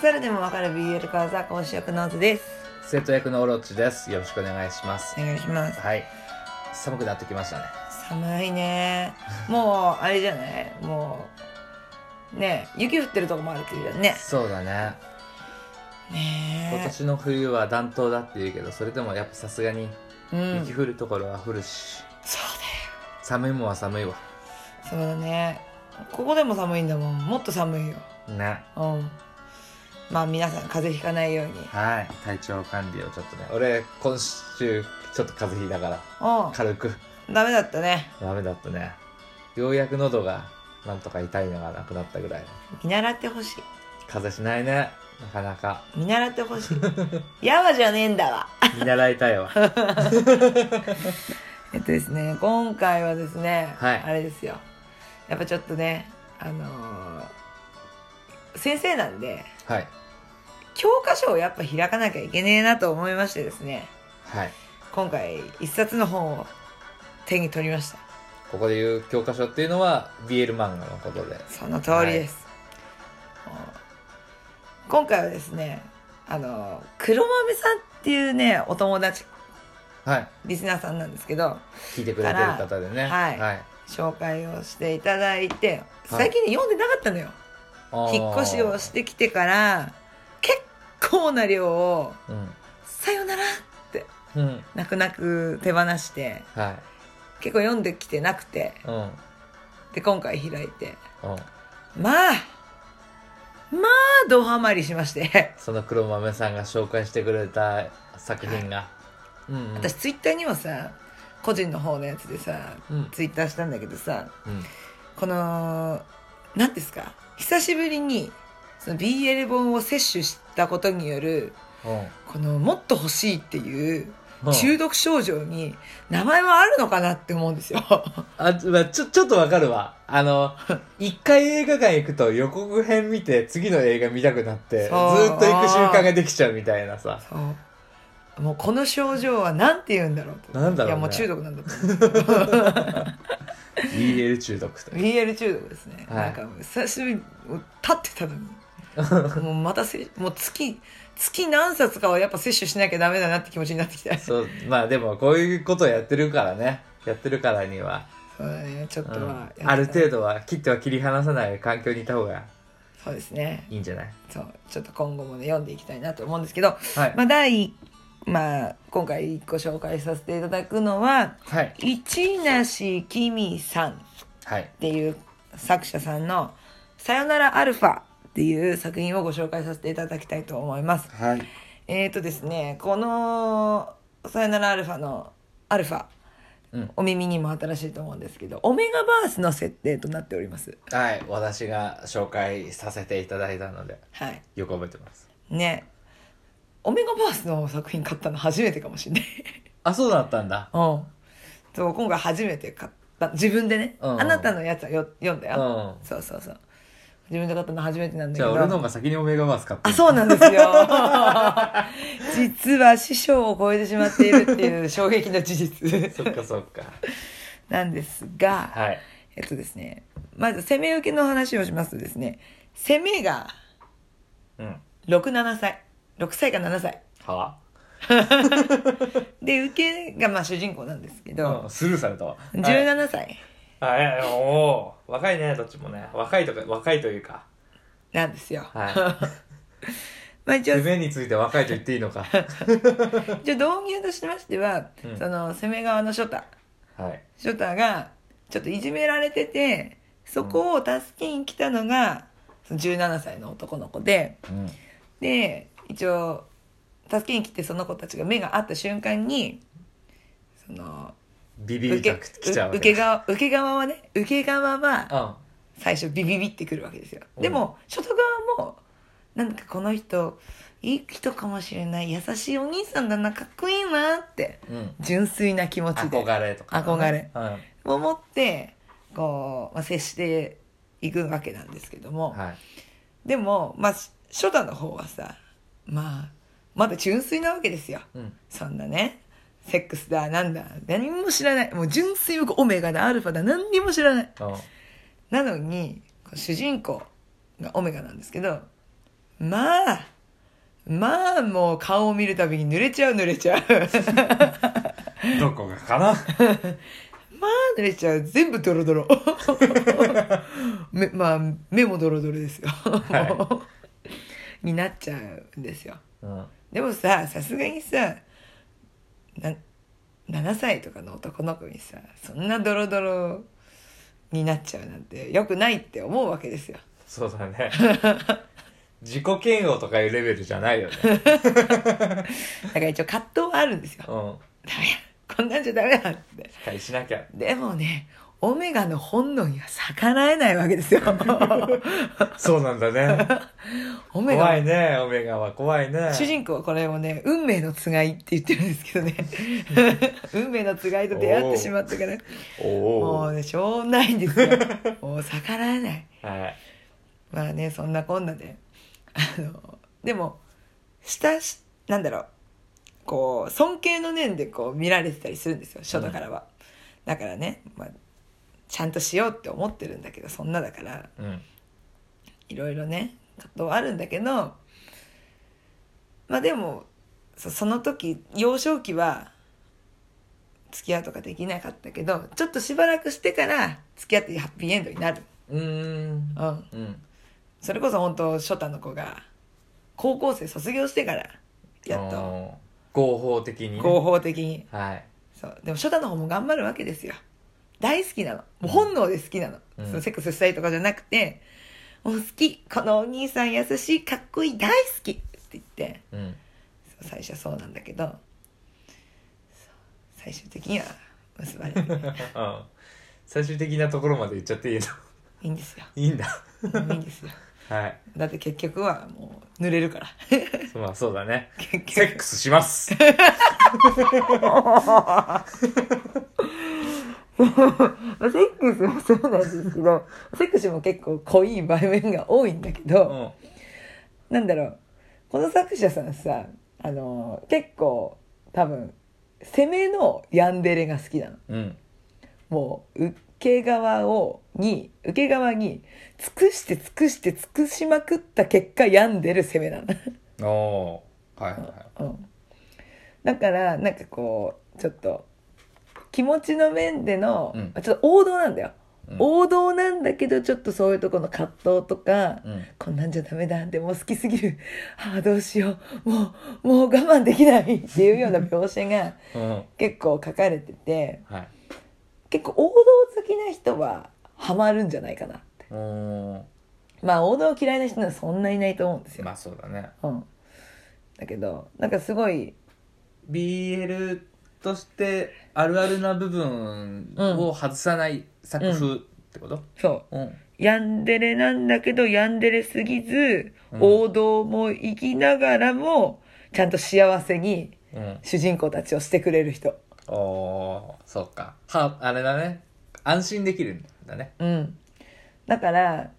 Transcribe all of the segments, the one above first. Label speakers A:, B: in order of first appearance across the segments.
A: 猿でもわかる BL 講座講師役のオズです
B: 生徒役のオロチですよろしくお願いします
A: お願いします
B: はい寒くなってきましたね
A: 寒いねもうあれじゃないもうねえ雪降ってるとこもあるっていうよね
B: そうだね
A: ね
B: 今年の冬は暖冬だって言うけどそれでもやっぱさすがに
A: え、うん、
B: 雪降るところは降るし、
A: そう
B: 寒いもんは寒いわ
A: だよそうだねここでも寒いんだもんもっと寒いよ
B: ね
A: うんまあ皆さん風邪ひかないように
B: はい体調管理をちょっとね俺今週ちょっと風邪ひいたから
A: う
B: 軽く
A: んダメだったね
B: ダメだったねようやく喉がなんとか痛いのがなくなったぐらい
A: 見習ってほし
B: 風邪しないねなかな か
A: い見習ってほし いやわじゃねえんだわ
B: 見習いたいわ
A: えっとですね今回はですね、
B: はい
A: あれですよやっぱちょっとねあのー先生なんで
B: はい
A: 教科書をやっぱ開かなきゃいけねえなと思いましてですね
B: はい
A: 今回一冊の本を手に取りました
B: ここで言う教科書っていうのは BL 漫画のことで
A: その通りです、もう今回はですねあのー黒豆さんっていうねお友達
B: はい
A: リスナーさんなんですけど
B: 聞いてくれてる方でね
A: はい
B: はい、
A: 紹介をしていただいて最近ね読んでなかったのよ、
B: あー
A: 引っ越しをしてきてから結構な量を
B: うん
A: 「さよなら」って
B: うん
A: 泣く泣く手放して
B: は
A: 結構読んできてなくて
B: いうん
A: で今回開いて
B: うん
A: まあまあドハマりしまして
B: その黒豆さんが紹介してくれた作品が、うんうん
A: 私ツイッターにもさ個人の方のやつでさ
B: うん
A: ツイッターしたんだけどさ
B: うん
A: この何ですか久しぶりにその BL 本を摂取したことによるこのもっと欲しいっていう
B: うん
A: 中毒症状に名前はあるのかなって思うんですよ。
B: あ、まあ、ちょ、ちょっとわかるわ。あ の、一回映画館行くと予告編見て次の映画見たくなって、ず
A: そう
B: ーっと行く習慣ができちゃうみたい なさ。
A: そうもうこの症状はなんて言うんだろうと。
B: なんだろう
A: い
B: ね
A: やもう中毒なんだと思う。
B: BL 中毒と。
A: BL 中毒ですね。
B: はい
A: なんかもう久しぶりにもう立ってたのに。もうまたせもう月月何冊かはやっぱ摂取しなきゃダメだなって気持ちになってきたそう
B: そう、まあでもこういうことをやってるからね。やってるからには、
A: だねちょっ
B: う
A: とは
B: ん、ある程
A: 度
B: 度は切っては切り離さない環境にいた方が
A: そうですね
B: いいんじゃない
A: そうちょっと今後もね読んでいきたいなと思うんですけど、
B: はい。
A: まあ第まあ今回ご紹介させていただくのは
B: はい。
A: 一梨きみさんっ
B: はい。
A: ていう作者さんの「さよならアルファ」っていう作品をご紹介させていただきたいと思います。
B: はい。
A: えーとですねこの「さよならアルファ」のアルファ
B: うん。
A: お耳にも新しいと思うんですけどオメガバースの設定となっております。
B: はい。私が紹介させていただいたので、
A: はい、
B: よく覚えてます。
A: ねオメガバースの作品買ったの初めてかもしれない。
B: あ、そうだったんだ。
A: うんそう今回初めて買った自分でね、
B: うん
A: あなたのやつはよ読んだ
B: う
A: よ、
B: ん。
A: そうそうそう自分で買ったの初めてなんだけ
B: じゃあ
A: ど
B: 俺の方が先にオメガバース買って
A: あ
B: る
A: そうなんですよ 実は師匠を超えてしまっているっていう衝撃の事実
B: そっかそっか。
A: なんですが、
B: はい。
A: えっとですねまず攻め受けの話をしますとですね攻めが
B: うん。
A: 67歳6歳か7歳
B: は
A: で受けがまあ主人公なんですけど、
B: うん、スルーされたわ。はい
A: 17歳
B: はい、おお若いね、どっちもね。若いとか、若いというか。
A: なんですよ、
B: は
A: まあ
B: い。
A: 一応
B: 夢について若いと言っていいのか。
A: じゃあ導入としましては、
B: うん
A: その攻め側のショタ
B: はい。
A: ショタがちょっといじめられててそこを助けに来たのが、その17歳の男の子で
B: うん。
A: で一応助けに来てその子たちが目が合った瞬間にその
B: ビビ
A: 受
B: り
A: け
B: たくて来ちゃうわ
A: 受
B: け
A: け側受け側はね受け側は
B: 側。
A: 最初ビビビってくるわけですよ
B: うん
A: でもショタ側もなんかこの人いい人かもしれない優しいお兄さんだなかっこいいなって
B: うん。うん。
A: 純粋な気持ちで
B: 憧れとか、
A: 憧れ。
B: うん。は
A: 思ってこう、まあ、接していくわけなんですけども、
B: い。
A: でも、まあ、し初段の方はさ、まあ、まだ純粋なわけですよ
B: うん。
A: そんなねセックスだなんだ何も知らないもう純粋無垢オメガだアルファだ何にも知らない
B: うん。
A: なのにこう主人公がオメガなんですけどまあ、まあもう顔を見るたびに濡れちゃう濡れちゃう。
B: どこがか
A: ま
B: な
A: あ濡れちゃう。全部ドロドロ。めまあ、目もドロドロですよ。
B: は
A: になっちゃうんですよ。
B: うん。
A: でもさ、さすがにさ、な、7歳とかの男の子にさ、そんなドロドロになっちゃうなんて良くないって思うわけですよ。
B: そうだね。 自己嫌悪とかいうレベルじゃないよね。
A: だから一応葛藤はあるんですよ。
B: うん。
A: ダメだ。こんなんじゃダメだって。
B: 期待しなきゃ。
A: でもね、オメガの本能には逆らえないわけですよ。
B: そうなんだね。
A: オメガ
B: 怖
A: はい
B: ね、オメガは怖いね。
A: 主人公はこれをね、運命のつがいって言ってるんですけ どね。運命のつがいと出会ってしまったから、も
B: お
A: う
B: ー
A: ね、しょうがないんですよ。もう逆らえない。
B: はい。
A: まあね、そんなこんなで。あの、でも、親し、なんだろう。こう、尊敬の念でこう見られてたりするんですよ、初だからは。だからね、まあ、ちゃんとしようって思ってるんだけど、そんなだから、
B: うん。
A: いろいろね葛藤はあるんだけどまあでもそその時幼少期は付き合うとかできなかったけどちょっとしばらくしてから付き合ってハッピーエンドになる、
B: うーん。
A: うん、
B: うん。
A: それこそ本当初太の子が高校生卒業してからやっと
B: と。合法的にね。
A: 合法的に
B: はい。
A: そうでも初太の方も頑張るわけですよ大好きなのもう本能で好きなの,、
B: うん
A: そのセックスしたいとかじゃなくて「もう好きこのお兄さん優しいかっこいい大好き」って言って
B: うん。
A: そう最初はそうなんだけどそう最終的には結ばれて
B: うん最終的なところまで言っちゃっていいの
A: いいんですよ
B: いいんだ。
A: うんいいんですよ
B: はい。
A: だって結局はもう濡れるから
B: まあそうだね。
A: 結
B: セ
A: 局
B: ックスします。
A: まあ セックスもそうなんですけどセックスも結構濃い場面が多いんだけど、
B: うん。
A: なんだろう、この作者さんさ、あのー結構、多分、攻めのヤンデレが好きなの。
B: うん。
A: もう、受け側を、に、受け側に、尽くして尽くして尽くしまくった結果、病んでる攻めなの。
B: おー。はいはいはい。
A: うん。だから、なんかこう、ちょっと、気持ちの面での、
B: うん
A: ちょっと王道なんだよ。
B: うん
A: 王道なんだけど、ちょっとそういうとこの葛藤とか、
B: うん。
A: こんなんじゃダメだ。でも好きすぎる。 ああ、どうしよう。もう、もう我慢できないっていうような描写が
B: うん。
A: 結構書かれてて、
B: はい。
A: 結構王道好きな人はハマるんじゃないかなって。
B: うーん。
A: まあ王道嫌いな人はそんないないと思うんですよ。
B: まあそうだね。
A: うん。だけど、なんかすごい、
B: BL としてあるあるな部分を外さない作風ってこと
A: そう、
B: うん。
A: ヤンデレなんだけど、ヤンデレすぎず、
B: うん
A: 王道も生きながらも、ちゃんと幸せに
B: うん。
A: 主人公たちをしてくれる人。
B: おー、そうか。は、あれだね。安心できるんだね。
A: うん、だから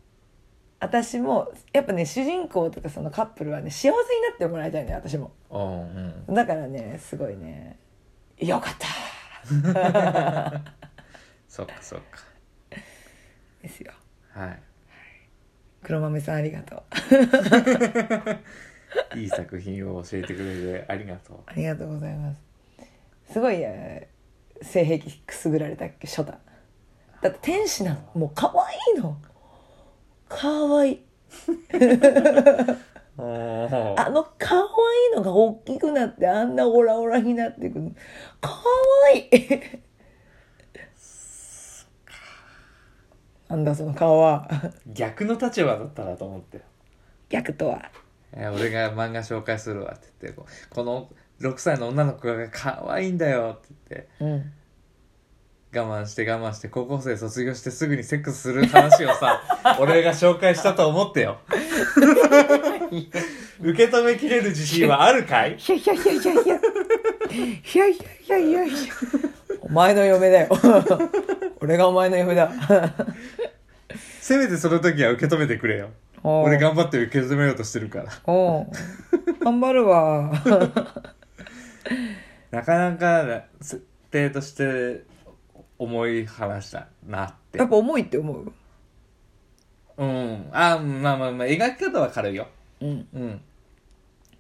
A: 私もやっぱね主人公とかそのカップルはね幸せになってもらいたいね私も
B: おー、うん。
A: だからねすごいねよかった
B: そっかそっ
A: ですよ
B: か。はい。
A: 黒豆さんありがとう
B: いい作品を教えてくれてありがとう。
A: ありがとうございますすごいね性癖くすぐられたっけ初段だって天使なのもう可愛いの可愛い
B: お
A: あの可愛いのが大きくなってあんなオラオラになっていくの可愛いなんだその顔は
B: 逆の立場だったらと思って、
A: 逆とは
B: えー俺が漫画紹介するわって言ってこうこの6歳の女の子が可愛いんだよって
A: うん
B: 言って我慢して我慢して高校生卒業してすぐにセックスする話をさ俺が紹介したと思ってよ受け止めきれる自信はあるかい
A: ひゃひゃひゃひゃひゃひゃひゃひゃひゃひゃお前の嫁だよ俺がお前の嫁だ
B: せめてその時は受け止めてくれよ
A: おう
B: 俺頑張って受け止めようとしてるから
A: おう頑張るわ
B: なかなか設定として重い話だなって
A: やっぱ重いって思う
B: うん。あまあまあまあ、描き方は軽いよ。
A: うん
B: うん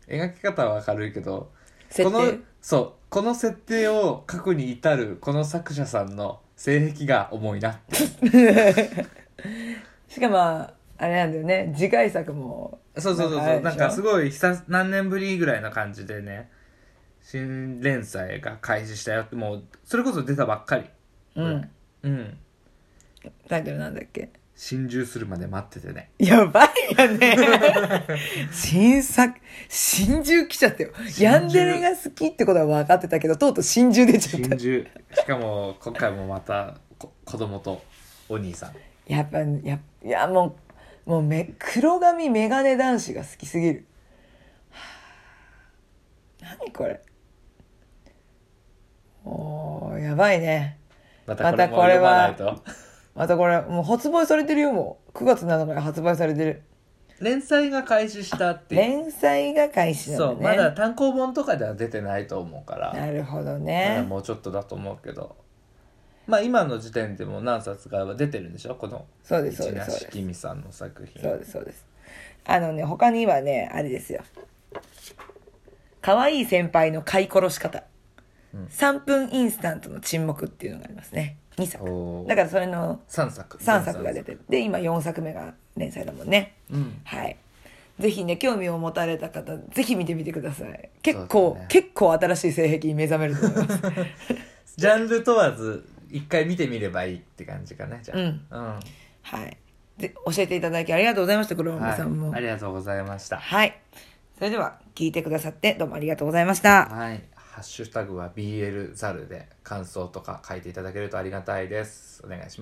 B: 描き方は明るいけど
A: 設
B: この
A: 定
B: そうこの設定を書くに至るこの作者さんの性癖が重いな
A: しかもあれなんだよね次回作も
B: そうそうそう
A: なんかあ
B: そ
A: れ
B: う
A: でし
B: な
A: ょ
B: んかすごい久何年ぶりぐらいな感じでね新連載が開始したよってもうそれこそ出たばっかり
A: うん
B: うん
A: タイトルなんだっけ
B: 心中するまで待 っててね
A: やばいよね 新作真珠来ちゃったよ
B: 珠
A: ヤンデレが好きってことは分かってたけどとうとう真珠出ちゃっ
B: 心
A: た
B: 中しかも今回もまたこ子供とお兄さん
A: やっぱやいやもうもうめ黒髪メガネ男子が好きすぎるはあ何これおーやばいね
B: またこれも
A: またこれ
B: 読まな
A: はい
B: と、
A: またこれもう発売されてるよもう9月7日に発売されてる
B: 連載が開始したっていう
A: 連載が開始な
B: そ
A: の
B: う
A: ね
B: まだ単行本とかでは出てないと思うから
A: なるほど
B: まだ
A: ね
B: もうちょっとだと思うけどまあ今の時点でも何冊かは出てるんでしょこの
A: そうですそ
B: 一
A: うです
B: 梨
A: そうです
B: きみさんの作品
A: そうですそうですあのね他にはねあれですよ可愛い先輩の買い殺し方、
B: うん
A: 3分インスタントの沈黙っていうのがありますね2作
B: お
A: だからそれの
B: 3作
A: 3作が出てるで今4作目が連載だもんね
B: うん
A: はいぜひね興味を持たれた方ぜひ見てみてください結
B: そう
A: 構、
B: だね
A: 結構新しい性癖に目覚めると思います
B: ジャンル問わず一回見てみればいいって感じかねじゃあ
A: うん
B: うん
A: はいで教えていただきありがとうございました黒
B: は
A: 馬
B: い
A: さんも、
B: ありがとうございました
A: はい。それでは、聞いてくださって、どうもありがとうございました。
B: はい「ハッシュタグは #BL ザル」で感想とか書いていただけるとありがたいですお願いします